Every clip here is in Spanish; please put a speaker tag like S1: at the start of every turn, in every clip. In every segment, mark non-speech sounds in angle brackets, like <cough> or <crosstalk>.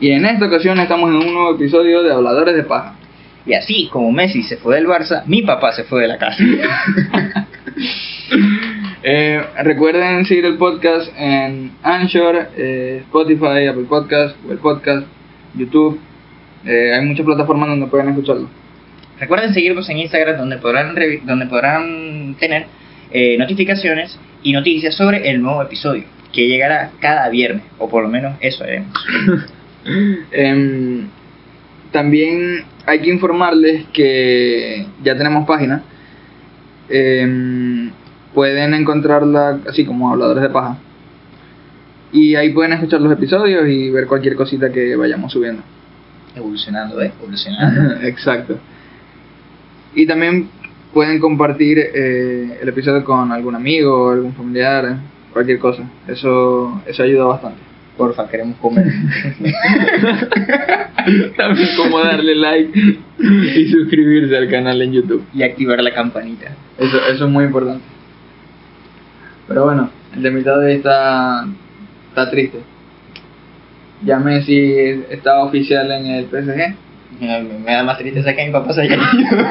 S1: y en esta ocasión estamos en un nuevo episodio de Habladores de Paja.
S2: Y así como Messi se fue del Barça, mi papá se fue de la casa.
S1: Eh, recuerden seguir el podcast en Anchor, eh, Spotify, Apple Podcast, Google Podcast, YouTube. Eh, hay muchas plataformas donde pueden escucharlo.
S2: Recuerden seguirnos en Instagram donde podrán, revi- donde podrán tener eh, notificaciones y noticias sobre el nuevo episodio que llegará cada viernes, o por lo menos eso haremos.
S1: Em, también hay que informarles que ya tenemos página. Em, pueden encontrarla así como habladores de paja. Y ahí pueden escuchar los episodios y ver cualquier cosita que vayamos subiendo.
S2: Evolucionando, ¿eh?
S1: <laughs>
S2: Evolucionando.
S1: Exacto. Y también pueden compartir eh, el episodio con algún amigo, algún familiar, cualquier cosa. Eso, eso ayuda bastante.
S2: Porfa, queremos comer.
S1: <laughs> También como darle like y suscribirse al canal en YouTube.
S2: y activar la campanita.
S1: Eso, eso es muy importante. Pero bueno, el de mitad de hoy está, está triste. Ya Messi está oficial en el PSG.
S2: Me, me da más tristeza que mi papá se haya <laughs> ido.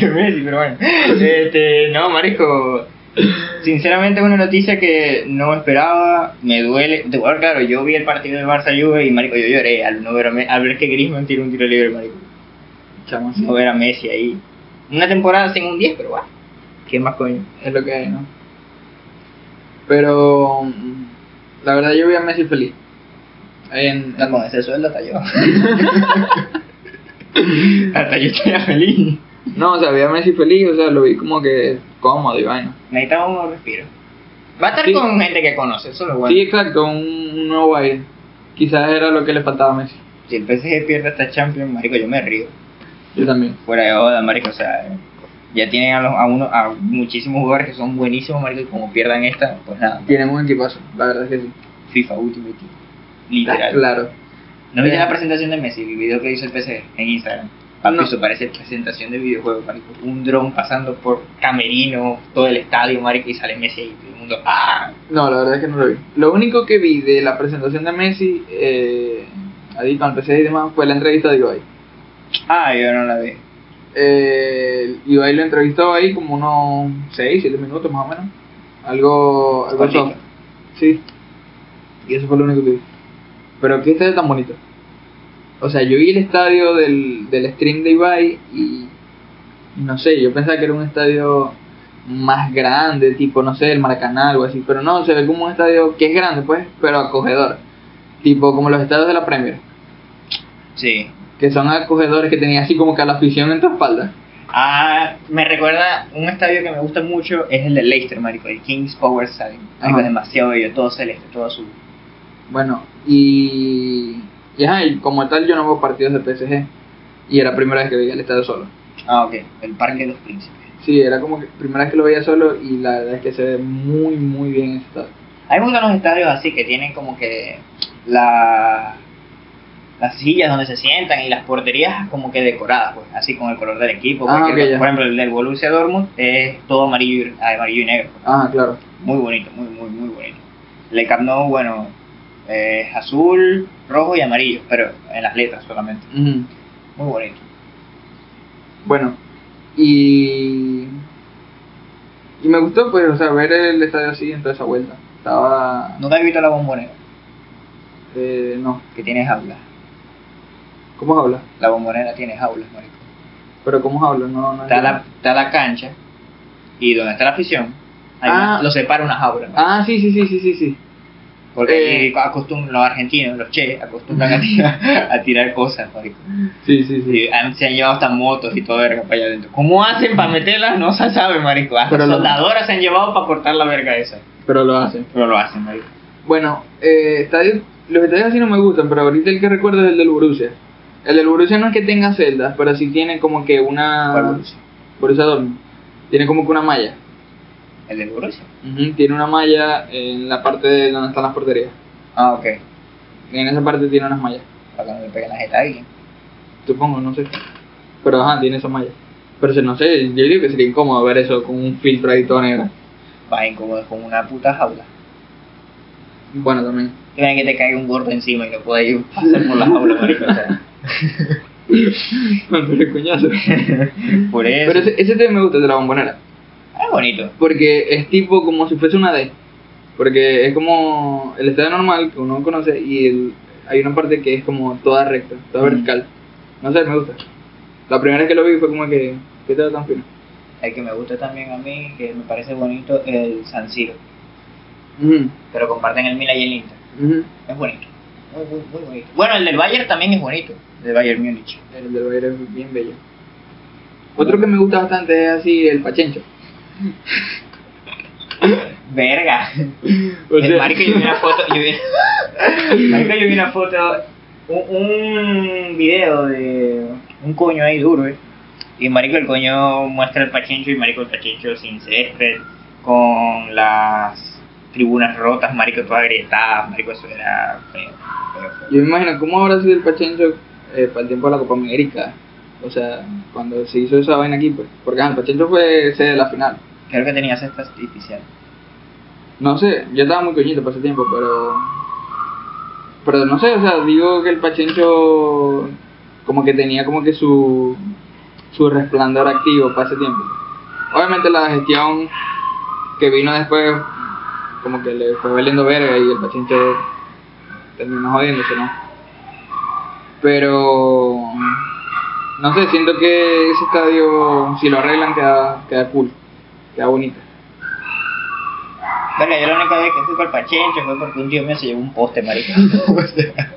S2: que Messi, pero bueno. Este, no, marisco. Sinceramente es una noticia que no esperaba, me duele. Te- Bueno, claro, yo vi el partido del Barça Juve y marico, yo lloré al no ver a, Me- al ver que Griezmann tiró un tiro libre, marico.
S1: Chamo, sí.
S2: No ver a Messi ahí. Una temporada sin un 10, pero bueno. ¿Qué más coño?
S1: Es lo que hay, ¿no? Pero mm, la verdad yo vi a Messi feliz. Ahí en,
S2: No,
S1: en-
S2: con ese sueldo hasta yo. <laughs> hasta yo estaría feliz.
S1: No, o sea, vi a Messi feliz, o sea, lo vi como que cómodo y vaina.
S2: Necesitamos un respiro. Va a estar
S1: Sí.
S2: con gente que conoce, eso es lo bueno.
S1: Sí, exacto, un, un nuevo aire. Quizás era lo que le faltaba a Messi.
S2: Si el PSG pierde esta Champions, marico, yo me río.
S1: Yo también.
S2: Fuera de boda, marico, o sea, eh, ya tienen a, los, a, uno, a muchísimos jugadores que son buenísimos, marico, y como pierdan esta, pues nada,
S1: Tenemos un equipazo, la verdad es que sí.
S2: FIFA Ultimate Team.
S1: Está
S2: Literal.
S1: claro.
S2: ¿No viste
S1: Eh.
S2: la presentación de Messi, el video que hizo el PSG en Instagram? Papi,
S1: No.
S2: eso parece presentación de videojuego, marico. Un dron pasando por camerino, todo el estadio, marico, y sale Messi ahí, todo el mundo, ¡ah!
S1: No, la verdad es que no lo vi. Lo único que vi de la presentación de Messi, eh, adicto al PSG y demás, fue la entrevista de Ibai.
S2: Ah, yo no la vi.
S1: Eh, Ibai lo entrevistó ahí como unos 6, 7 minutos más o menos. Algo, algo
S2: Cortito.
S1: soft. Sí. Y eso fue lo único que vi. Pero qué estadio tan bonito. O sea, yo vi el estadio del, del stream de Ibai y no sé, yo pensaba que era un estadio más grande, tipo, no sé, el Maracaná, algo así. Pero no, se ve como un estadio que es grande, pues, pero acogedor. Tipo, como los estadios de la Premier,
S2: Sí,
S1: que son acogedores que tenía así como que a la afición en tu espalda.
S2: Ah, me recuerda un estadio que me gusta mucho, es el de Leicester, marico, el Kings Power Stadium. Marico,
S1: Ajá.
S2: es demasiado bello, todo celeste, todo azul.
S1: Bueno, y, y, ajá, y como tal yo no veo partidos de PSG. Y era la primera vez que veía el estadio solo.
S2: Ah, ok, el Parque de los Príncipes.
S1: Sí, era como que primera vez que lo veía solo y la verdad es que se ve muy, muy bien ese estadio.
S2: Hay muchos los estadios así que tienen como que la, las sillas donde se sientan y las porterías como que decoradas, pues, así con el color del equipo.
S1: Ah,
S2: cualquier
S1: ok,
S2: cosa.
S1: ya.
S2: Por ejemplo, el del Borussia Dortmund es todo amarillo, y- amarillo y negro. pues.
S1: Ah, claro.
S2: Muy bonito, muy, muy, muy bonito. El del Camp Nou, bueno, es azul, rojo y amarillo, pero en las letras solamente.
S1: Ujú.
S2: Muy bonito.
S1: Bueno, y... Y me gustó, pues, o sea, ver el estadio así en toda esa vuelta. Estaba...
S2: ¿No te has visto la bombonera?
S1: Eh, no.
S2: Que tiene jaulas.
S1: ¿Cómo habla?
S2: La bombonera tiene jaulas, marico.
S1: Pero ¿cómo habla? No, no
S2: Está la,
S1: entiendo.
S2: está la cancha y donde está la afición, ahí
S1: Ah.
S2: lo separa una jaula. ¿no?
S1: Ah, sí, sí, sí, sí, sí, sí.
S2: Porque
S1: eh.
S2: allí acostumbran, los argentinos, los che,
S1: <laughs>
S2: acostumbran a tirar, a tirar cosas, marico.
S1: Sí, sí, sí.
S2: Y han- se han llevado hasta motos y todo verga para allá adentro. ¿Cómo hacen para meterlas? No se sabe, marico. Hasta
S1: Pero lo-
S2: soldadoras se han llevado para cortar la verga esa.
S1: Pero lo hacen.
S2: Pero lo hacen, marico.
S1: Bueno, eh, estadios- los estadios así no me gustan, pero ahorita el que recuerdo es el del Borussia. El del Borussia no es que tenga celdas, pero sí tiene como que
S2: ¿Cuál
S1: una...
S2: Borussia?
S1: Borussia Dortmund. Tiene como que una malla.
S2: El del Borussia.
S1: Ujú, Tiene una malla en la parte de donde están las porterías.
S2: Ah, ok.
S1: En esa parte tiene unas mallas.
S2: Para que no le peguen la jeta a alguien.
S1: Supongo, no sé. Pero ajá, tiene esa malla. Pero se- no sé, yo digo que sería incómodo ver eso con un filtro ahí todo negro.
S2: Más incómodo es con una puta jaula.
S1: Bueno, también. <laughs>
S2: Imagina que te caiga un gordo encima y lo puedas ir pasar por
S1: <laughs>
S2: la jaula, marico. O sea.
S1: Man, pero
S2: <laughs>
S1: coñazo.
S2: por eso.
S1: Pero ese, ese tema me gusta de la bombonera.
S2: Ah, bonito.
S1: Porque es tipo como si fuese una D. Porque es como el estadio normal que uno conoce y el- hay una parte que es como toda recta, toda
S2: Mm.
S1: vertical. No sé, me gusta. La primera vez que lo vi fue como que, ¿qué tal tan fino?
S2: El que me gusta también a mí, que me parece bonito, el San Siro.
S1: Ujú,
S2: Pero comparten el Milan y el Inter.
S1: ujú.
S2: Es bonito. Muy, muy, muy bonito. Bueno, el del Bayern también es bonito. El del Bayern Múnich.
S1: El del Bayern es bien bello. Otro que me gusta bastante es así el Pachencho.
S2: Verga.
S1: O
S2: el
S1: sea-
S2: marico, yo vi una foto. Yo vi, marico, yo vi una foto. Un, un video de un coño ahí duro, eh. Y marico, el coño muestra el pachincho y marico, el pachincho sin césped. Con las tribunas rotas, marico, todas agrietadas. Marico, eso era feo. feo, feo.
S1: <laughs> Yo me imagino cómo habrá sido el Pachencho eh, para el tiempo de la Copa América. O sea, cuando se hizo esa vaina aquí, pues. Porque ah, el Pachencho fue sede de la final.
S2: Creo que tenía césped artificial.
S1: No sé, yo estaba muy coñito para ese tiempo, pero. Pero no sé, o sea, digo que el Pachencho. Como que tenía como que su. Su resplandor activo para ese tiempo. Obviamente la gestión que vino después. Como que le fue valiendo verga y el Pachencho. Terminó jodiéndose, ¿no? Pero. No sé, siento que ese estadio, si lo arreglan, queda, queda cool. Queda bonito.
S2: Verga, yo la única vez que fui para el Pachencho fue porque un tío mío se llevó un poste, marico.
S1: <laughs>
S2: O sea,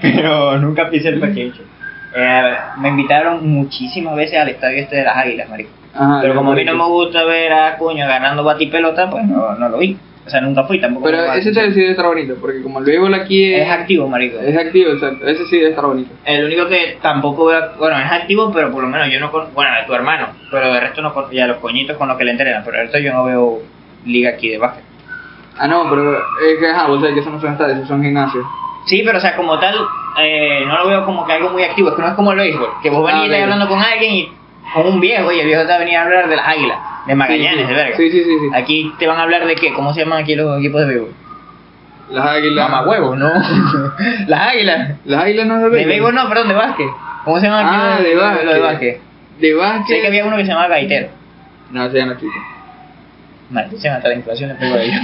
S2: Pero nunca pisé el Pachencho. Eh, me invitaron muchísimas veces al estadio este de las Águilas, marico.
S1: Ajá, queda
S2: Pero como a mí no
S1: bonito.
S2: me gusta ver a coño ganando batipelota, pues no, no lo vi. O sea, nunca fui tampoco.
S1: Pero
S2: nunca-
S1: ese estadio sí debe estar bonito, porque como el béisbol aquí es,
S2: es activo, marico.
S1: es activo, exacto, ese sí debe estar bonito.
S2: El único que tampoco veo, bueno, es activo, pero por lo menos yo no con, bueno, de tu hermano, pero de resto no con, y a los coñitos con los que le entrenan, pero de resto yo no veo liga aquí de básquet.
S1: Ah, no, pero es que, ajá, vos sabés que eso no son estadios, esos son gimnasios.
S2: Sí, pero o sea, como tal, eh, no lo veo como que algo muy activo. Es que no es como el béisbol, que vos venís
S1: Ah,
S2: y estás
S1: ok.
S2: hablando con alguien y con un viejo y el viejo te va a venir a hablar de las águilas, de Magallanes,
S1: sí,
S2: de verga.
S1: Sí, sí, sí. sí.
S2: Aquí te van a hablar de qué, ¿cómo se llaman aquí los equipos de béisbol?
S1: Las águilas.
S2: Mamá huevos, ¿no? <laughs> las águilas.
S1: Las águilas no es de
S2: De
S1: béisbol.
S2: béisbol no, perdón, de básquet. ¿Cómo se llaman
S1: Ah,
S2: aquí
S1: de
S2: los- los de
S1: básquet.
S2: básquet?
S1: De básquet.
S2: Sé que había uno que se llamaba Gaitero.
S1: No, ese ya no existe.
S2: Maldición, hasta la inflación le pegó
S1: <laughs>
S2: a ellos.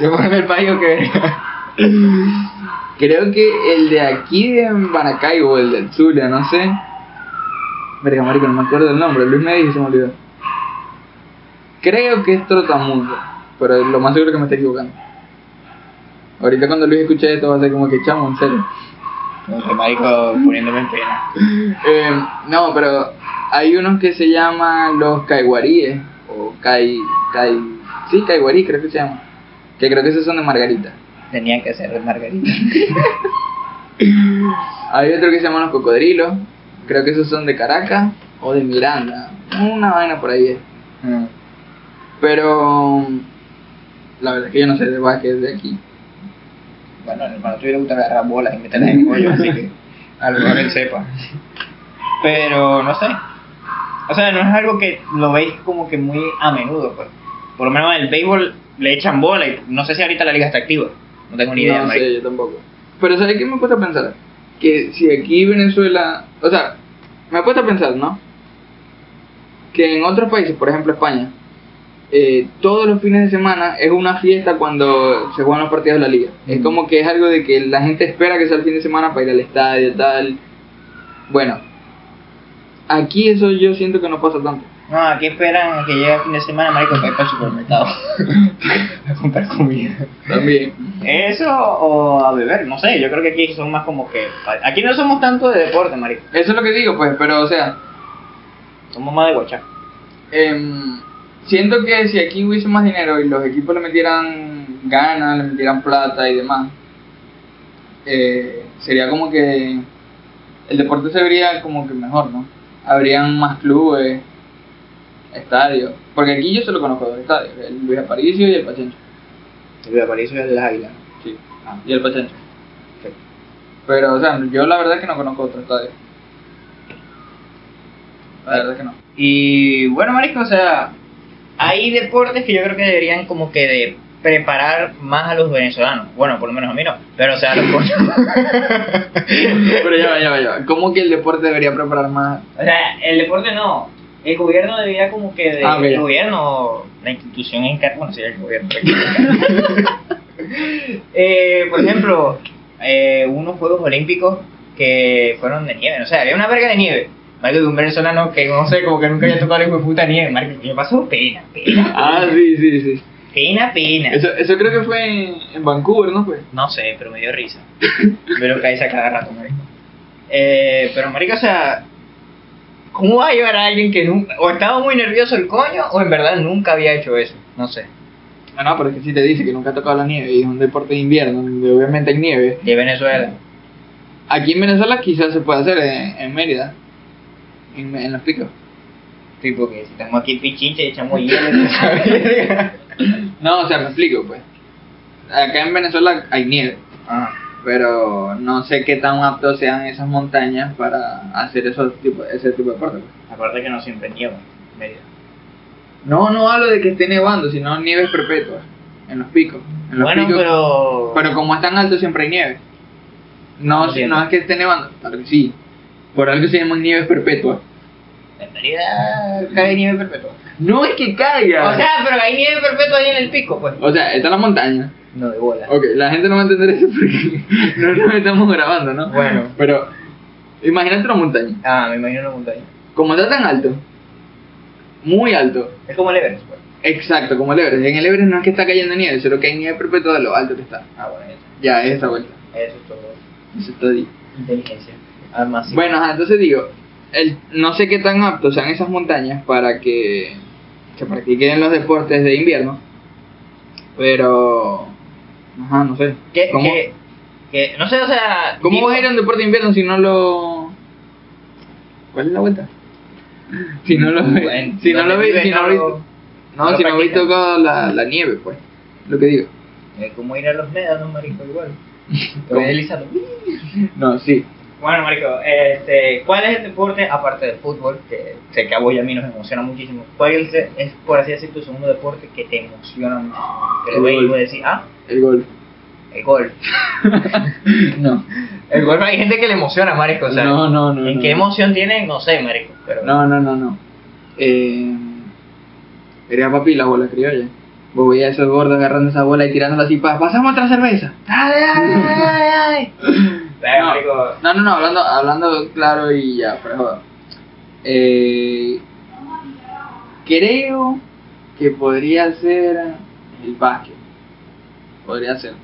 S1: Se pone en el payo que. Creo que el de aquí de Maracaibo, el del Zulia, no sé. Verga, marico, no me acuerdo el nombre. Luis me dijo y se me olvidó. Creo que es Trotamundo, pero lo más seguro es que me estoy equivocando. Ahorita cuando Luis escuche esto va a ser como que chamo, en serio.
S2: Como que marico poniéndome en pena.
S1: Eh, no, pero hay unos que se llaman los caiguaríes, o cai... cai sí, caiguarí creo que se llama. Que creo que esos son de Margarita.
S2: Tenía que ser de Margarita.
S1: Hay otro que se llama Los Cocodrilos. Creo que esos son de Caracas o de Miranda. Una vaina por ahí es. Ah.
S2: Mm.
S1: Pero. La verdad es que yo no sé de básquet de aquí.
S2: Bueno, al hermano tuyo le gusta agarrar bolas y meterlas en el cuello, así que a lo mejor él sepa. Pero no sé. O sea, no es algo que lo veis como que muy a menudo, pues. Por lo menos en el béisbol le echan bola y no sé si ahorita la liga está activa. No tengo ni idea,
S1: no
S2: marico.
S1: sé, yo tampoco. Pero ¿sabes qué me he puesto a pensar? Que si aquí Venezuela. O sea, me he puesto a pensar, ¿no? Que en otros países, por ejemplo España, eh, todos los fines de semana es una fiesta cuando se juegan los partidos de la liga. Es
S2: Mm.
S1: como que es algo de que la gente espera que sea el fin de semana para ir al estadio, tal. Bueno, aquí eso yo siento que no pasa tanto.
S2: No, aquí esperan a que llegue el fin de semana, marico, para ir para el supermercado. <laughs> a comprar comida.
S1: También.
S2: Eso o a beber, no sé, yo creo que aquí son más como que... Aquí no somos tanto de deporte, marico.
S1: Eso es lo que digo, pues, pero o sea,
S2: Somos más de guachá.
S1: Em, siento que si aquí hubiese más dinero y los equipos le metieran ganas, le metieran plata y demás, eh, sería como que el deporte se vería como que mejor, ¿no? Habrían más clubes, estadios. Porque aquí yo solo conozco dos estadios, el Luis Aparicio y el Pachencho.
S2: El de Aparicio y el de las Águilas.
S1: Sí.
S2: Ah.
S1: Y el Pachencho. Pero, o sea, yo la verdad es que no conozco otro estadio. La verdad es que no.
S2: Y bueno, marico, o sea, hay deportes que yo creo que deberían como que de preparar más a los venezolanos. Bueno, por lo menos a mí no, pero o
S1: <laughs>
S2: sea, los
S1: Pero ya va, ya va, ya va. ¿Cómo que el deporte debería preparar más?
S2: <laughs> O sea, el deporte no. El gobierno debería como que de,
S1: Ah, ok.
S2: el gobierno, la institución encargada, bueno, sería
S1: <laughs>
S2: el gobierno. <laughs> eh, por ejemplo, eh, unos Juegos Olímpicos que fueron de nieve, o sea, había una verga de nieve. Marico, de un venezolano que no sé, como que nunca había tocado el hijo de puta nieve, marico, que me pasó pena, pena,
S1: Ah, sí, sí, sí.
S2: pena, pena.
S1: Eso, eso creo que fue en, en Vancouver, ¿no Pues. fue?
S2: No sé, pero me dio risa. <laughs> Pero caí a cada rato, marico. Eh, pero, marico, o sea, ¿cómo va a llevar a alguien que nunca, o estaba muy nervioso el coño, o en verdad nunca había hecho eso? No sé.
S1: No, Ah, no, pero es que si te dice que nunca ha tocado la nieve y es un deporte de invierno, donde obviamente hay nieve.
S2: De Venezuela.
S1: Aquí en Venezuela quizás se puede hacer, ¿eh? en, en Mérida, en, en los picos. <laughs>
S2: Tipo que si estamos aquí en Pichincha y echamos hielo, <laughs> y esa verga.
S1: No, o sea, me explico, pues. Acá en Venezuela hay nieve,
S2: Ah,
S1: pero no sé qué tan aptos sean esas montañas para hacer esos tipo, ese tipo de deporte. pues.
S2: aparte que no siempre nieva. en Mérida.
S1: No, no hablo de que esté nevando, sino nieves perpetuas, en los picos. En los
S2: Bueno,
S1: picos,
S2: pero...
S1: Pero como es tan alto siempre hay nieve. No, si,
S2: Entiendo.
S1: no es que esté nevando, claro que sí. Por algo se llaman nieves perpetuas.
S2: En Mérida cae nieve perpetua.
S1: No es que caiga.
S2: O sea, pero hay nieve perpetua ahí en el pico, pues.
S1: o sea, está la montaña.
S2: No, de bola.
S1: Ok, la gente no va a entender eso porque <laughs> no nos estamos grabando, ¿no?
S2: Bueno.
S1: Pero imagínate una montaña.
S2: Ah, me imagino una montaña.
S1: Como está tan alto, muy alto,
S2: Es como el Everest, pues.
S1: exacto, como el Everest. En el Everest no es que está cayendo nieve, solo que hay nieve perpetua de lo alto que está.
S2: Ah, bueno, eso.
S1: Ya, es esa vuelta.
S2: Eso es todo.
S1: Eso está ahí.
S2: Inteligencia. Armas.
S1: Bueno, ajá, entonces digo, el, no sé qué tan aptos sean esas montañas para que se practiquen los deportes de invierno, pero... Ajá, no sé.
S2: que,
S1: ¿Cómo,
S2: que- que- no sé, o sea.
S1: cómo
S2: digo-
S1: vas a ir a un deporte de invierno si no lo... ¿Cuál es la vuelta? Si no lo...
S2: En-
S1: si no
S2: donde
S1: lo vi-
S2: vives,
S1: si no
S2: no
S1: vi-
S2: lo-
S1: No,
S2: no
S1: si
S2: lo
S1: no habéis
S2: practican.
S1: tocado la, la nieve, pues. Lo que digo.
S2: eh, ¿Cómo ir a los médanos, marico?
S1: <laughs>
S2: Igual. Te voy
S1: ¿Cómo?
S2: deslizando.
S1: No, sí.
S2: Bueno, marico, este, ¿cuál es el deporte, aparte del fútbol, que sé que a vos y a mí nos emociona muchísimo? ¿Cuál es, es, por así decir, tu segundo deporte que te emociona muchísimo? Que lo
S1: El
S2: veis y
S1: golf.
S2: vos decís, ah,
S1: El golf.
S2: el golf.
S1: no.
S2: El golf hay gente que le emociona, marico, o sea.
S1: no, no, no.
S2: ¿En
S1: no.
S2: qué emoción tiene? No sé, marico, pero...
S1: No, no, no, no. Eh, era papi la bola criolla. Vos veías a esos gordos agarrando esa bola y tirándola así para. ¡Pasamos otra cerveza!
S2: ¡Ay, ay, ay, ay! Pero,
S1: No.
S2: Eh, marico,
S1: No, no, no, hablando, hablando claro y ya, pero joda. Eh, creo que podría ser el básquet. Podría ser.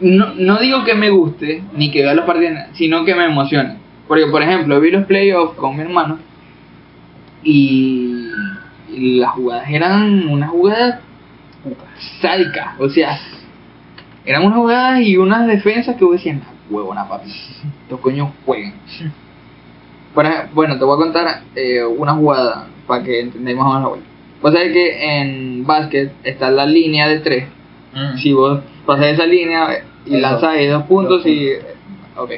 S1: No, no digo que me guste, ni que vea los partidos, sino que me emocione. Porque, por ejemplo, vi los playoffs con mi hermano y, y las jugadas eran unas jugadas sádicas. O sea, eran unas jugadas y unas defensas que vos decías, "Nah, huevona papi, estos coños juegan. Por ej- bueno, te voy a contar eh, una jugada para que entendáis más o menos la vuelta. Vos sabés que en básquet está la línea de tres.
S2: Mm.
S1: Si vos pasás esa línea eh, y
S2: Eso.
S1: lanzáis dos puntos
S2: Dos
S1: y... Ok.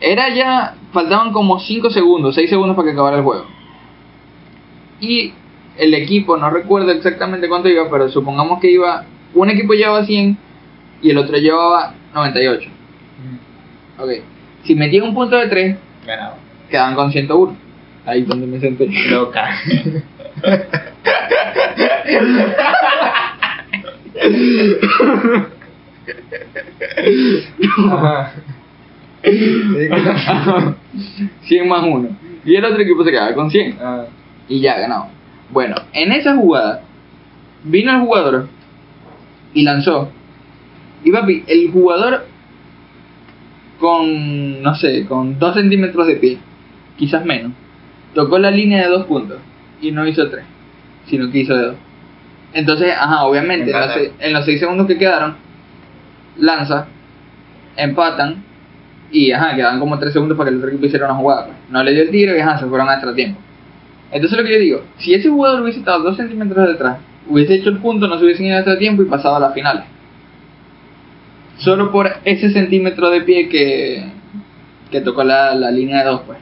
S1: Era ya... Faltaban como 5 segundos, 6 segundos para que acabara el juego. Y el equipo, no recuerdo exactamente cuánto iba, pero supongamos que iba... Un equipo llevaba 100 y el otro llevaba 98. Ok. Si metía un punto de 3,
S2: Ganado.
S1: quedaban con 101. Ahí es donde me senté.
S2: Loca. Ajá.
S1: 100 más 1. Y el otro equipo se quedaba con 100.
S2: Ah,
S1: y ya ganado. Bueno, en esa jugada vino el jugador y lanzó. Y papi, el jugador con, no sé, con 2 centímetros de pie, quizás menos, tocó la línea de dos puntos y no hizo tres, sino que hizo de dos. Entonces, ajá, obviamente, en, las
S2: Empatan.
S1: se- en los 6 segundos que quedaron, lanza, empatan y ajá, quedan como 3 segundos para que el otro equipo hiciera una jugada. pues. No le dio el tiro y ajá, se fueron a extra tiempo. Entonces lo que yo digo, si ese jugador hubiese estado 2 centímetros detrás, hubiese hecho el punto, no se hubiesen ido hasta tiempo y pasado a las finales. Solo por ese centímetro de pie que, que tocó la, la línea de dos, pues.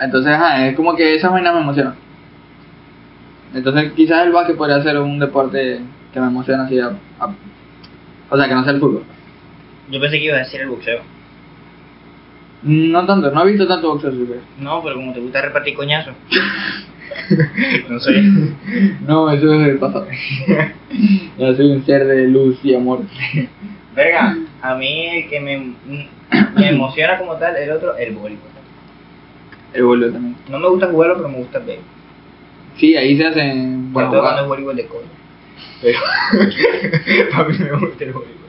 S1: Entonces, ajá, es como que esas vainas me emocionan. Entonces quizás el básquet podría ser un deporte que me emociona así a- a- O sea, que no sea el fútbol.
S2: Yo pensé que ibas a decir el boxeo.
S1: No tanto, no he visto tanto boxeo. si supieras.
S2: No, pero como te gusta repartir coñazos. no sé.
S1: <laughs> No, eso es el pasado. Yo soy un ser de luz y amor.
S2: Verga, a mí el que me, me emociona como tal, el otro, el voleibol.
S1: El vuelo también.
S2: No me gusta jugarlo, pero me gusta verlo.
S1: Sí, ahí se hacen...
S2: Bueno,
S1: buenas
S2: todo cuando es
S1: jugadas.
S2: voleibol de coño. Pero <laughs> para mí me gusta el voleibol.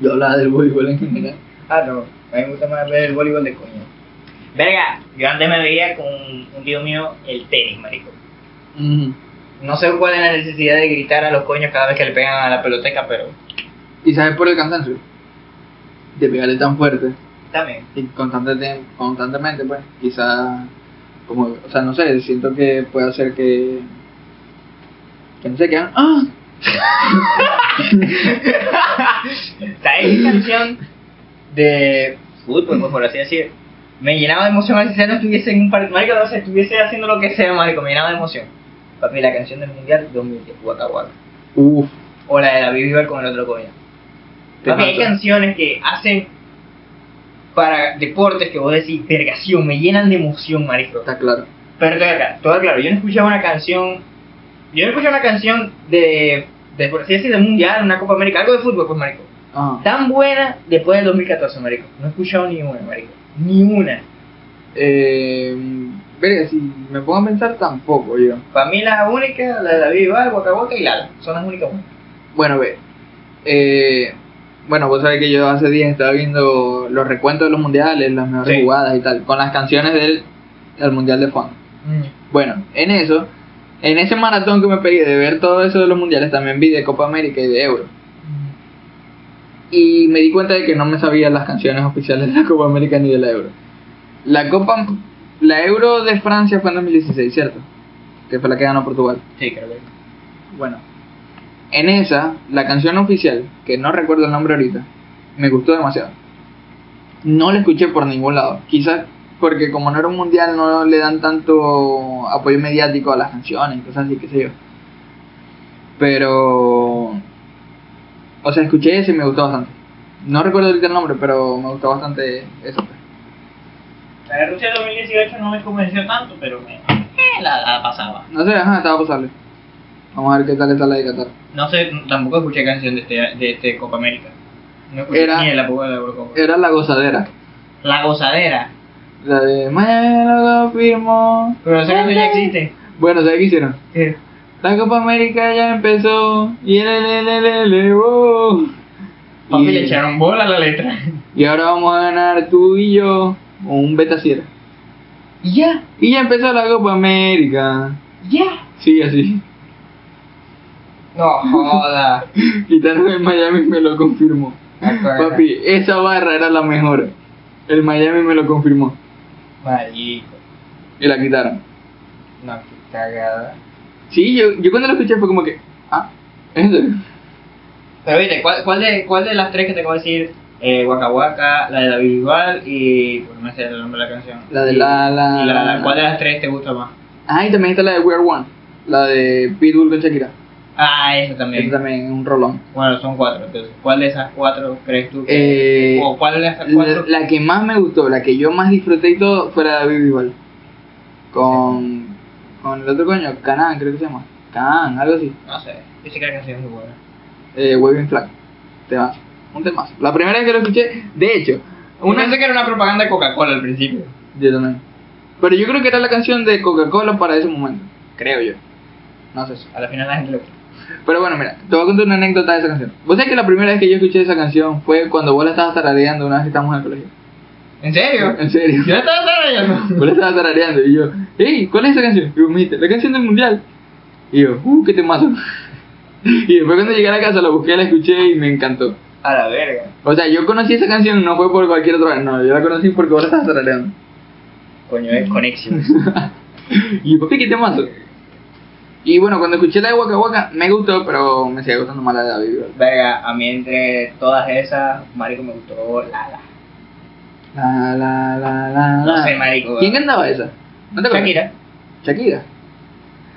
S1: Yo hablaba del voleibol en general.
S2: Ah, no, a mí me gusta más ver el voleibol de coño. Verga, yo antes me veía con un tío mío el tenis, marico.
S1: Ujú.
S2: No sé cuál es la necesidad de gritar a los coños cada vez que le pegan a la peloteca, pero
S1: ¿Y sabes por el cansancio? De pegarle tan fuerte
S2: también.
S1: y constante tem- constantemente, pues, quizás, como, o sea, no sé, siento que puede hacer que, que no sé, que hagan, ¡ah!
S2: ¿Sabes qué canción de fútbol, pues, por así decir? Me llenaba de emoción, así sea, no estuviese en un partido, marico, no sé, estuviese haciendo lo que sea, marico, me llenaba de emoción. Papi, la canción del Mundial 2010, Waka Waka.
S1: Uf,
S2: O la de David Vivar con el otro coño.
S1: Te
S2: Papi, hay
S1: mato.
S2: canciones que hacen para deportes que vos decís, vergación, me llenan de emoción, marico.
S1: está claro.
S2: Pero todo claro, todo claro. Yo no escuchaba una canción. Yo no escuchaba una canción de, de por así decirlo, del mundial, una Copa América, algo de fútbol, pues, marico.
S1: Ajá.
S2: Tan buena después del 2014, marico. No he escuchado ni una, marico. Ni una.
S1: Eh, verga, si me pongo a pensar, tampoco yo.
S2: Para mí las únicas, la de David Vivar, Waka Waka y Lala. Son las únicas buenas.
S1: Bueno, ve, eh, bueno, vos sabés que yo hace días estaba viendo los recuentos de los mundiales, las mejores
S2: Sí.
S1: jugadas y tal, con las canciones del, del mundial de Juan.
S2: Mm.
S1: Bueno, en eso, en ese maratón que me pegué de ver todo eso de los mundiales, también vi de Copa América y de Euro. Y me di cuenta de que no me sabía las canciones oficiales de la Copa América ni de la Euro. La Copa, la Euro de Francia fue en 2016, ¿cierto? Que fue la que ganó Portugal.
S2: Sí, creo que.
S1: Bueno, en esa, la canción oficial, que no recuerdo el nombre ahorita, me gustó demasiado. No la escuché por ningún lado. Quizás porque como no era un mundial no le dan tanto apoyo mediático a las canciones, y cosas así, qué sé yo. Pero... O sea, escuché eso y me gustó bastante. No recuerdo ahorita el nombre, pero me gustó bastante eso. pues.
S2: La de Rusia 2018 no me convenció tanto, pero me, eh, la, pasaba.
S1: No sé, ajá, estaba pasable. Vamos a ver qué tal está la de Qatar.
S2: No sé, tampoco escuché canción de este, de este Copa América. No escuché
S1: Era-
S2: ni de la Copa de la Eurocopa.
S1: Era la gozadera.
S2: La gozadera.
S1: La de... Me lo firmó.
S2: Pero esa canción ya existe.
S1: Bueno, ¿sabes qué hicieron? La Copa América ya empezó. Y el el el el el, wow.
S2: Papi,
S1: y,
S2: le echaron bola a la letra.
S1: y ahora vamos a ganar tú y yo. Un beta Sierra.
S2: Y ya,
S1: <laughs> Y ya empezó la Copa América.
S2: ya.
S1: Sí, así. <laughs>
S2: No joda.
S1: Quitaron el Miami me lo confirmó. Papi, esa barra era la mejor. El Miami me lo confirmó.
S2: Marico.
S1: Y la quitaron.
S2: No, qué cagada.
S1: Sí, yo, yo cuando lo escuché fue como que. Ah, ¿en serio?
S2: Pero viste, ¿cuál, cuál, de, ¿cuál de las tres que te acabo de decir? Eh, Waka Waka, la de David Bisbal y... Pues no me sé el nombre de la canción.
S1: La de
S2: Y-
S1: la- la-
S2: y la, la- ¿Cuál de las tres te gusta más?
S1: Ah, y también está la de We Are One. La de Pitbull con Shakira.
S2: Ah, esa
S1: Eso
S2: también.
S1: también es un rolón.
S2: Bueno, son cuatro. Entonces, ¿cuál de esas cuatro crees tú?
S1: Eh,
S2: ¿O cuál de esas
S1: La,
S2: cuatro?
S1: la que más me gustó, la que yo más disfruté y todo, fue la de David Bisbal. Con, con el otro coño, Canaan, creo que se llama. Canaan, algo así.
S2: No sé. Yo sé que la canción es muy buena.
S1: Eh, Waving Flag. Temazo. Un temazo. La primera vez que lo escuché, de hecho,
S2: Una
S1: una
S2: pensé que era una propaganda de Coca-Cola al principio.
S1: Yo también. Pero yo creo que era la canción de Coca-Cola para ese momento. Creo yo. No sé.
S2: A la final la gente lo...
S1: Pero bueno, mira, te voy a contar una anécdota de esa canción. Vos sabés que la primera vez que yo escuché esa canción fue cuando vos la estabas tarareando una vez que estábamos en el colegio.
S2: ¿En serio?
S1: En serio.
S2: Yo estaba tarareando.
S1: Yo la estaba tarareando y yo, hey, ¿cuál es esa canción? Y vos me dijiste, la canción del mundial. Y yo, uh, qué temazo. <laughs> Y después cuando llegué a la casa la busqué, la escuché y me encantó.
S2: <laughs> A la verga.
S1: O sea, yo conocí esa canción, no fue por cualquier otra, no, yo la conocí porque vos la estabas tarareando. <laughs>
S2: Coño, es Conexión.
S1: Y yo, papi, qué temazo. Y bueno, cuando escuché la de Waka Waka, me gustó, pero me sigue gustando más la de David Bisbal.
S2: verga, a mí entre todas esas, marico, me gustó Lala.
S1: La, la, la, la, la.
S2: No sé, marico.
S1: ¿Quién cantaba esa? ¿No te acuerdas?
S2: Shakira.
S1: Shakira.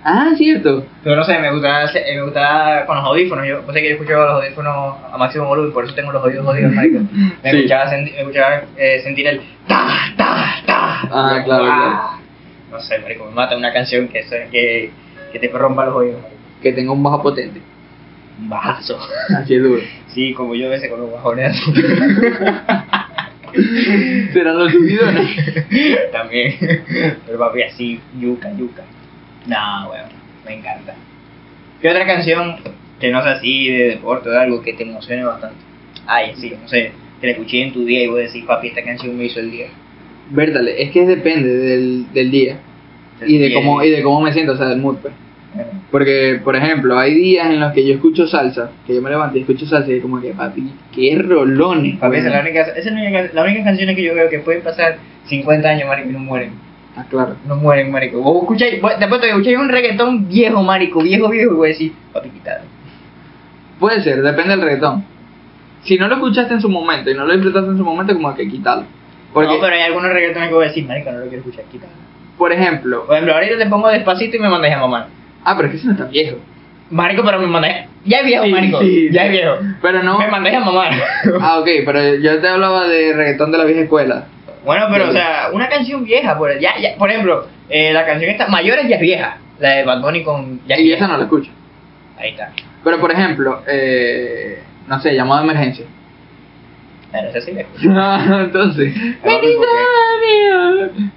S1: Ah, cierto.
S2: Pero no sé, me gustaba, me gustaba con los audífonos. Yo, o sea que yo escuchaba los audífonos a máximo volumen, por eso tengo los oídos jodidos, marico. Me
S1: Sí.
S2: escuchaba, senti- me escuchaba eh, sentir el ta, ta, ta.
S1: Ah,
S2: Yo,
S1: claro,
S2: "Ah". No sé, marico, me mata una canción que, suene- que, que te rompa los oídos, marico.
S1: Que tenga un bajo potente.
S2: Un bajazo. <laughs>
S1: Así es duro.
S2: Sí, como yo a veces con los bajones.
S1: Serán los
S2: <laughs>
S1: subidones.
S2: También. Pero papi, así, yuca, yuca. No, weón, me encanta. ¿Qué otra canción que no sea así, de deporte o de algo, que te emocione bastante? Ay, sí, no sé, que la escuché en tu día y vos decís, papi, esta canción me hizo el día.
S1: Vértale, es que depende del, del día y de cómo y de cómo me siento, o sea, del mood, pues. Porque, por ejemplo, hay días en los que yo escucho salsa, que yo me levanto y escucho salsa y es como que, papi, qué rolones.
S2: Papi, esa es la
S1: weón.
S2: única, esa es la única, la única canción que yo veo que pueden pasar 50 años, marico, y no mueren.
S1: Ah, claro.
S2: No mueren, marico. Vos escucháis, vos- de pronto escucháis un reggaetón viejo, marico, viejo, viejo, y vos decís, papi, quitado.
S1: Puede ser, depende del reggaetón. Si no lo escuchaste en su momento y no lo disfrutaste en su momento, como que quítalo. Porque,
S2: no, pero hay algunos reggaetones que voy a decir, marico, no lo quiero escuchar, quítalo.
S1: por ejemplo,
S2: Por ejemplo, ahorita te pongo despacito y me mandáis a mamá.
S1: ah, pero es que eso no está viejo.
S2: Marico, pero me mandáis. Ya es viejo,
S1: Sí,
S2: marico.
S1: sí,
S2: ya
S1: sí.
S2: es viejo.
S1: Pero no.
S2: Me mandáis
S1: <laughs>
S2: a mamar.
S1: Ah, ok, pero yo te hablaba de reggaetón de la vieja escuela.
S2: bueno, pero o sea, una canción vieja, por, ya, ya, por ejemplo, eh, la canción esta, Mayores ya es vieja. La de Bad Bunny con. Ya es
S1: y
S2: vieja.
S1: esa no la escucho.
S2: Ahí está.
S1: Pero, por ejemplo, eh, no sé, llamado de emergencia. <laughs>
S2: Claro, esa sí es vieja.
S1: Entonces,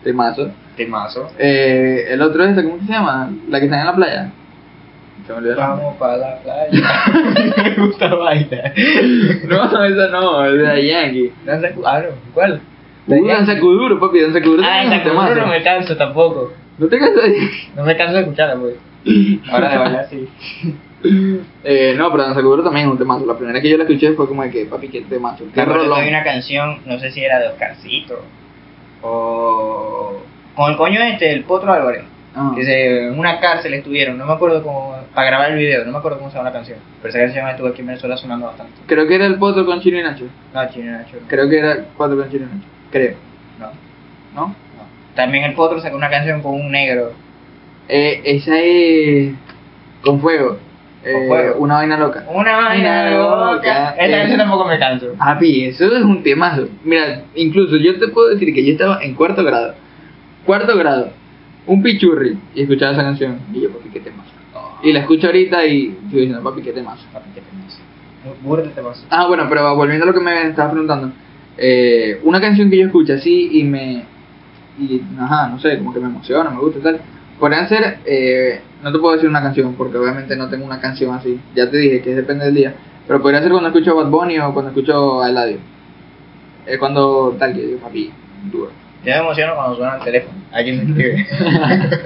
S1: temazo.
S2: Temazo.
S1: Eh, el otro es, esta, ¿cómo que se llama? La que está en la playa. Se me olvidó el nombre.
S2: Vamos para la playa. <laughs> me gusta bailar.
S1: <laughs> No, esa no, es de la Yankee.
S2: Danza cu- ah, no, ¿cuál?
S1: Uh, danza Kuduro, papi, danza Kuduro.
S2: Ah,
S1: también es
S2: esa
S1: un
S2: Kuduro
S1: temazo.
S2: no me canso tampoco.
S1: No te cansas
S2: No me canso de escucharla, pues. Ahora de bailar sí.
S1: <laughs> Eh, no, pero danza Kuduro también es un temazo. La primera que yo la escuché fue como de que, papi, qué temazo. Qué
S2: Claro,
S1: rolón.
S2: hay una canción, no sé si era de Oscarcito o con el coño este, el Potro Álvarez,
S1: Ah.
S2: que se- en una cárcel estuvieron, no me acuerdo cómo, para grabar el video, no me acuerdo cómo se llama la canción, pero esa canción estuvo aquí en Venezuela sonando bastante.
S1: Creo que era el potro con Chino y Nacho.
S2: No, Chino Nacho, no,
S1: Creo que era cuatro con Chino y Nacho. Creo,
S2: no,
S1: ¿no?
S2: no. También el Potro sacó una canción con un negro,
S1: Eh, esa es. Con fuego. Eh,
S2: fuego.
S1: Una vaina loca.
S2: una vaina loca. Esta
S1: eh.
S2: canción tampoco me canso.
S1: Papi, eso es un temazo. Mira, incluso yo te puedo decir que yo estaba en cuarto grado. Cuarto grado. Un pichurri. Y escuchaba esa canción. Y yo, papi, qué temazo. Y la escucho ahorita y yo diciendo, papi, qué temazo.
S2: Papi, qué temazo. Bu- burda de temazo.
S1: Ah, bueno, pero volviendo a lo que me estabas preguntando. eh, una canción que yo escucho así y me... Y, ajá, no sé, como que me emociona, me gusta y tal. Podrían ser... eh, no te puedo decir una canción, porque obviamente no tengo una canción así. Ya te dije que depende del día. Pero podría ser cuando escucho a Bad Bunny o cuando escucho a Eladio. Es cuando tal, que digo, papi, duro.
S2: Yo me emociono cuando suena el teléfono, alguien me escribe.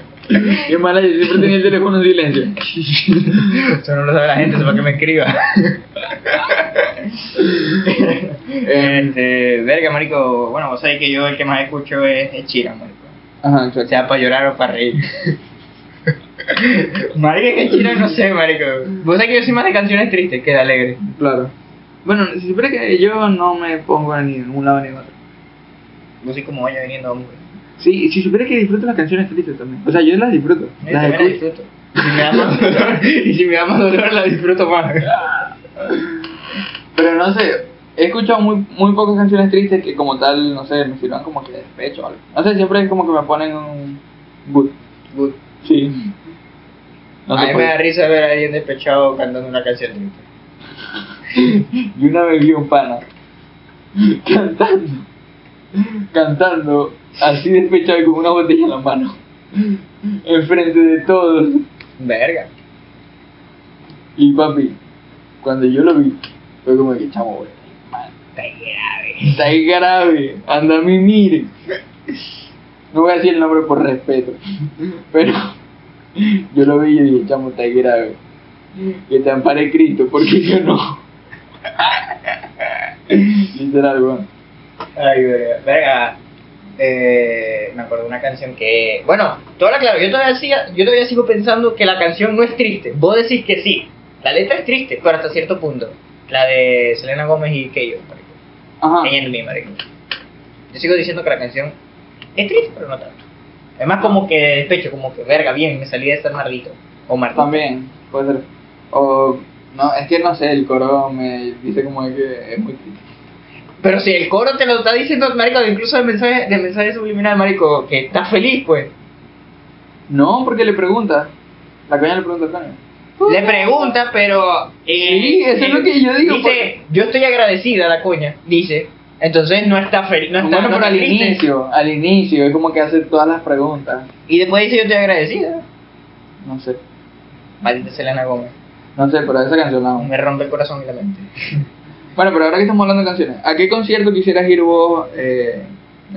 S1: <laughs> Qué mala, yo siempre tenía el teléfono en silencio.
S2: Eso no lo sabe la gente, sepa que me escriba. este, verga, marico. Bueno, vos sabés que yo el que más escucho es, es Chira, marico.
S1: Ajá, exacto.
S2: Sea para llorar o para reír. marico, es que Chira no sé, marico. Vos sabés que yo soy más de canciones tristes que de alegres.
S1: Claro. Bueno, siempre que yo no me pongo ni en un lado ni en otro.
S2: Vos soy como vaya viniendo hombre.
S1: Sí, si supieras que disfruto las canciones tristes también. O sea, yo las disfruto.
S2: Yo
S1: las
S2: también la
S1: escucho.
S2: disfruto. Y si me da más dolor, y si me da más dolor, la disfruto más.
S1: Pero no sé, he escuchado muy, muy pocas canciones tristes que como tal, no sé, me sirvan como que de despecho o algo. No sé, siempre es como que me ponen un good.
S2: Good.
S1: Sí. No
S2: a
S1: sé
S2: mí
S1: por
S2: me
S1: qué.
S2: da risa ver a alguien despechado cantando una canción triste.
S1: Y una vez vi un pana <laughs> cantando, cantando así despechado y con una botella en la mano, <laughs> enfrente de todos.
S2: Verga.
S1: Y papi, cuando yo lo vi, fue como que chamo, güey.
S2: Está grave.
S1: Está ahí grave, anda a mí, mire. No voy a decir el nombre por respeto, pero yo lo vi y dije, chamo, está ahí grave. Que te ampare Cristo, porque yo no. Literal, weón.
S2: Ay, verga. verga. Eh, me acuerdo de una canción que. Bueno, toda la claro, yo todavía, siga- yo todavía sigo pensando que la canción no es triste. Vos decís que sí. La letra es triste, pero hasta cierto punto. La de Selena Gómez y Keyo, marico.
S1: Ajá.
S2: Ella es mi marico. Yo sigo diciendo que la canción es triste, pero no tanto.
S3: Además, como que de despecho, como que verga, bien, me salí de ser Marlito. O Martín.
S1: También, puede ser. O, no, es que no sé, el coro me dice como que es muy crítico.
S3: Pero si el coro te lo está diciendo, marico, incluso de mensaje, de mensaje subliminal, marico, que estás feliz, pues.
S1: No, porque le pregunta. La coña le pregunta al coño.
S3: Le pregunta, pero... eh,
S1: Sí, eso es lo que yo digo,
S3: Dice,
S1: porque-
S3: yo estoy agradecida, la coña, dice. Entonces no está feliz, no está,
S1: bueno,
S3: no
S1: pero
S3: está
S1: al
S3: triste.
S1: inicio, al inicio, es como que hace todas las preguntas.
S3: Y después dice, yo estoy agradecida.
S1: No sé,
S3: Maldita Selena Gómez.
S1: no sé, pero esa canción la amo.
S3: Me rompe el corazón y la mente.
S1: Bueno, pero ahora que estamos hablando de canciones, ¿a qué concierto quisieras ir vos? Eh,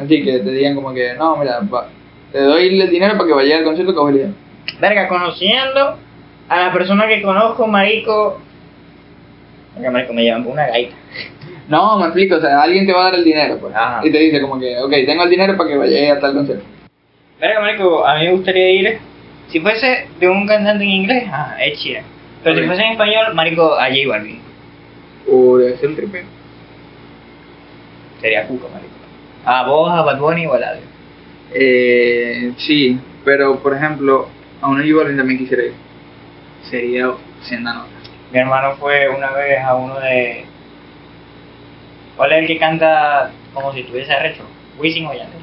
S1: así que te digan como que, no, mira, va- te doy el dinero para que vayas al concierto que vos elijas.
S3: Verga, conociendo a la persona que conozco, marico... Verga, marico, me llevan por una gaita.
S1: No, me explico, o sea, alguien te va a dar el dinero, pues.
S3: Ajá.
S1: Y te dice como que, ok, tengo el dinero para que vayas a tal concierto.
S2: Verga, marico, a mí me gustaría ir. Si fuese de un cantante en inglés, ah, es chida. Pero
S1: Ok.
S2: si fuese en español, marico, a J Balvin.
S1: O Uh, debe ser el tripe.
S2: Sería cuco, marico. A vos, a Bad Bunny o a Eladio.
S1: Eh, sí, pero por ejemplo, a uno igual también quisiera ir. Sería Senda Nota.
S2: Mi hermano fue una vez a uno de... ¿Cuál es el que canta como si estuviese arrecho? Wisin o Yandel.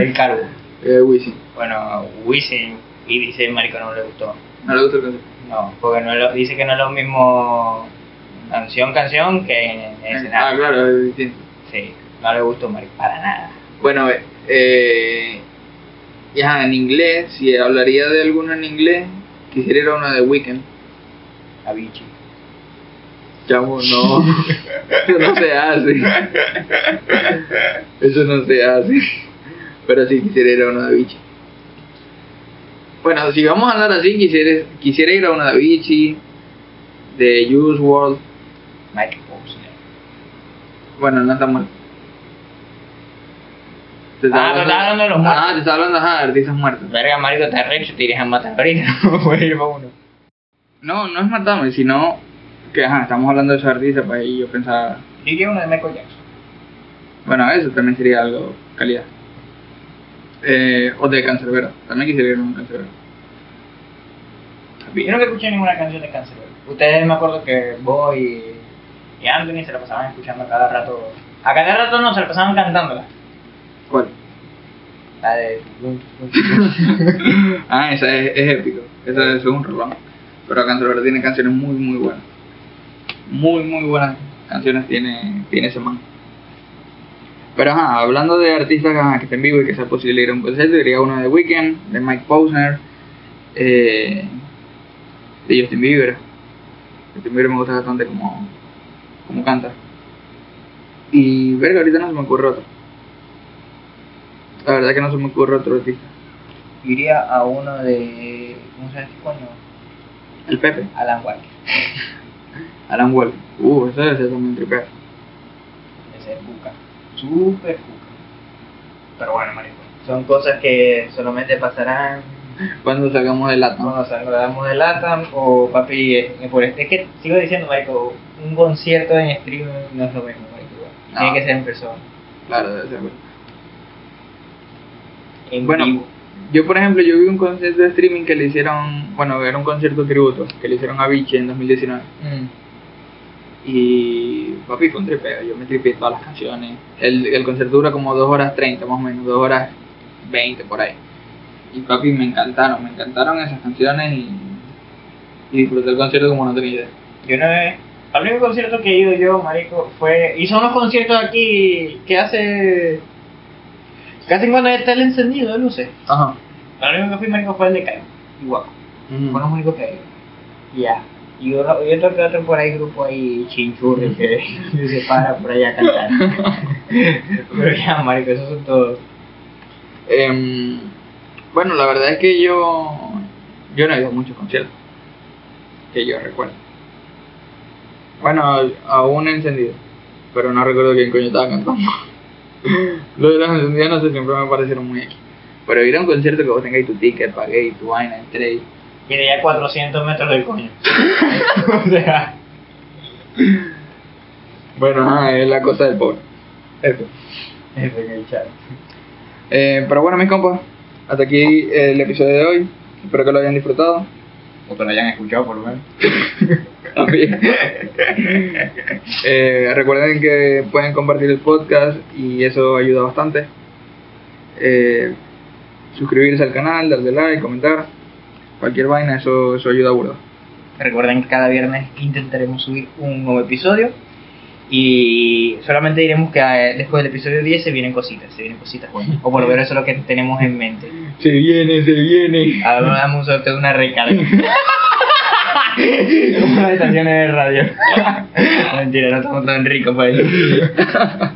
S2: el caro.
S1: Eh, Wisin.
S2: Bueno, Wisin. Y dice, marico, no le gustó.
S1: No le gusta el concierto.
S2: No, porque no es lo- dice que no es lo mismo canción, canción que en, en escenario.
S1: Ah, claro, es distinto.
S2: Sí, no le gustó, marico, para nada.
S1: Bueno, eh, ya en inglés, si hablaría de alguno en inglés, quisiera ir a uno de Weekend.
S2: Avicii.
S1: Chamo, no. Eso
S2: <laughs>
S1: no se hace. Eso no se hace. Pero sí, quisiera ir a uno de Vichy. Bueno, si vamos a hablar así, quisiera, quisiera ir a uno de Vichy, de Juice World.
S2: Michael Posner.
S1: Bueno, no está mal. Te estaba
S2: Ah, no, estaba hablando de los muertos.
S1: Ah, te estaba hablando ajá, de artistas muertos.
S2: Verga, marico, te arrecho, te irías a matar ahorita. <laughs> Voy a ir pa' uno.
S1: No, no es matarme, sino que ajá, estamos hablando de esos artistas, pues y yo pensaba,
S2: Yo iría a uno de Michael Jackson.
S1: bueno, eso también sería algo calidad. Eh, o de Cancerbero, también quisiera ir a un Cancerbero.
S2: Yo nunca escuché ninguna canción de Cáncer. Ustedes me acuerdo que vos y, y Anthony se la pasaban escuchando a cada rato. A cada rato no, se la pasaban cantándola.
S1: ¿Cuál?
S2: La de... <coughs>
S1: ah, esa es, es épico, esa es un rolón. Pero Cancerbero tiene canciones muy, muy buenas. Muy, muy buenas canciones tiene, tiene ese man. Pero ajá, hablando de artistas ajá, que estén vivos y que sea posible ir a un concierto, diría uno de Weekend, de Mike Posner, eh, de Justin Bieber. Justin Bieber me gusta bastante como, como canta. Y verga, ahorita no se me ocurre otro. La verdad que no se me ocurre otro artista.
S2: Iría a uno de... ¿Cómo se llama este coño?
S1: El Pepe,
S2: Alan Walker.
S1: Alan Wall. Uh, eso debe ser también tripear.
S2: Ese es Cuca. Super Cuca. Pero bueno, marico. Son cosas que solamente pasarán
S1: Cuando salgamos del Atma.
S2: cuando salgamos de LATAM o papi... eh, por este- Es que sigo diciendo, marico, un concierto en stream no es lo mismo, marico.
S1: No.
S2: Tiene que ser en persona.
S1: Claro, debe ser.
S2: En
S1: Bueno,
S2: vivo.
S1: Yo, por ejemplo, yo vi un concierto de streaming que le hicieron, bueno, era un concierto tributo que le hicieron a Vichy en 2019.
S3: Mm.
S1: Y, papi, fue un tripeo. Yo me tripeé todas las canciones. El, el concierto dura como 2 horas 30, más o menos, 2 horas 20 por ahí. Y, papi, me encantaron, me encantaron esas canciones y, y disfruté el concierto como no tenía idea.
S2: Yo una vez, al único concierto que he ido yo, marico, fue... Y son los conciertos aquí que hace... Que hacen cuando está el encendido de luces.
S1: Ajá.
S2: Al único que fui, marico, fue el de Caio y Guaco.
S1: Mm.
S2: Fueron los únicos que he ido. Y Ya. Y yo, yo toqué otro por ahí, grupo ahí, chinchurri, que <laughs> que se para por allá a cantar. Pero ya, marico, esos son todos.
S1: Em, bueno, la verdad es que yo yo no he ido a muchos conciertos que yo recuerdo. Bueno, aún encendido, pero no recuerdo quién coño estaba cantando. <laughs> Lo de los encendidos no sé, siempre me parecieron muy X. Pero ir a un concierto que vos tengáis tu ticket, paguéis tu vaina, entréis.
S2: Y de allá 400 metros del coño. <laughs> o sea,
S1: Bueno, ajá, es la cosa del pobre. Eso.
S2: es el chat.
S1: Eh, pero bueno, mis compas, hasta aquí eh, el episodio de hoy. Espero que lo hayan disfrutado.
S2: O que lo hayan escuchado, por lo menos.
S1: También. Eh, recuerden que pueden compartir el podcast y eso ayuda bastante. Eh, suscribirse al canal, darle like, comentar, cualquier vaina, eso, eso ayuda burda.
S2: Recuerden que cada viernes intentaremos subir un nuevo episodio. Y solamente diremos que eh, después del episodio 10 se vienen cositas, se vienen cositas buenas. O por lo menos eso es lo que tenemos en mente.
S1: Se viene, se viene.
S2: Ahora damos un sorteo de una <laughs> recarga. Como las estaciones de radio. <laughs> Mentira, no estamos tan ricos pues. para eso.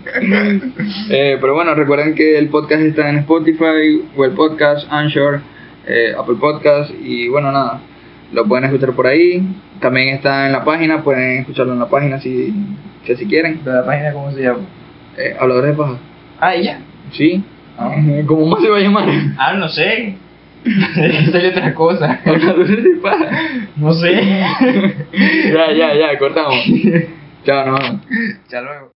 S1: Eh, pero bueno, recuerden que el podcast está en Spotify, Google Podcast, Anchor, eh, Apple Podcast y bueno, nada. Lo pueden escuchar por ahí. También está en la página, pueden escucharlo en la página si, si así quieren.
S2: ¿La página cómo se llama?
S1: Eh, Habladores de paja.
S2: Ah, ¿y ya.
S1: Sí.
S2: Ah.
S1: ¿Cómo más se va a llamar? <laughs>
S2: Ah, no sé. <laughs> Sale otra cosa.
S1: Habladores de paja.
S2: No sé. <laughs>
S1: ya, ya, ya, cortamos. Chao, nos vemos.
S2: Hasta luego.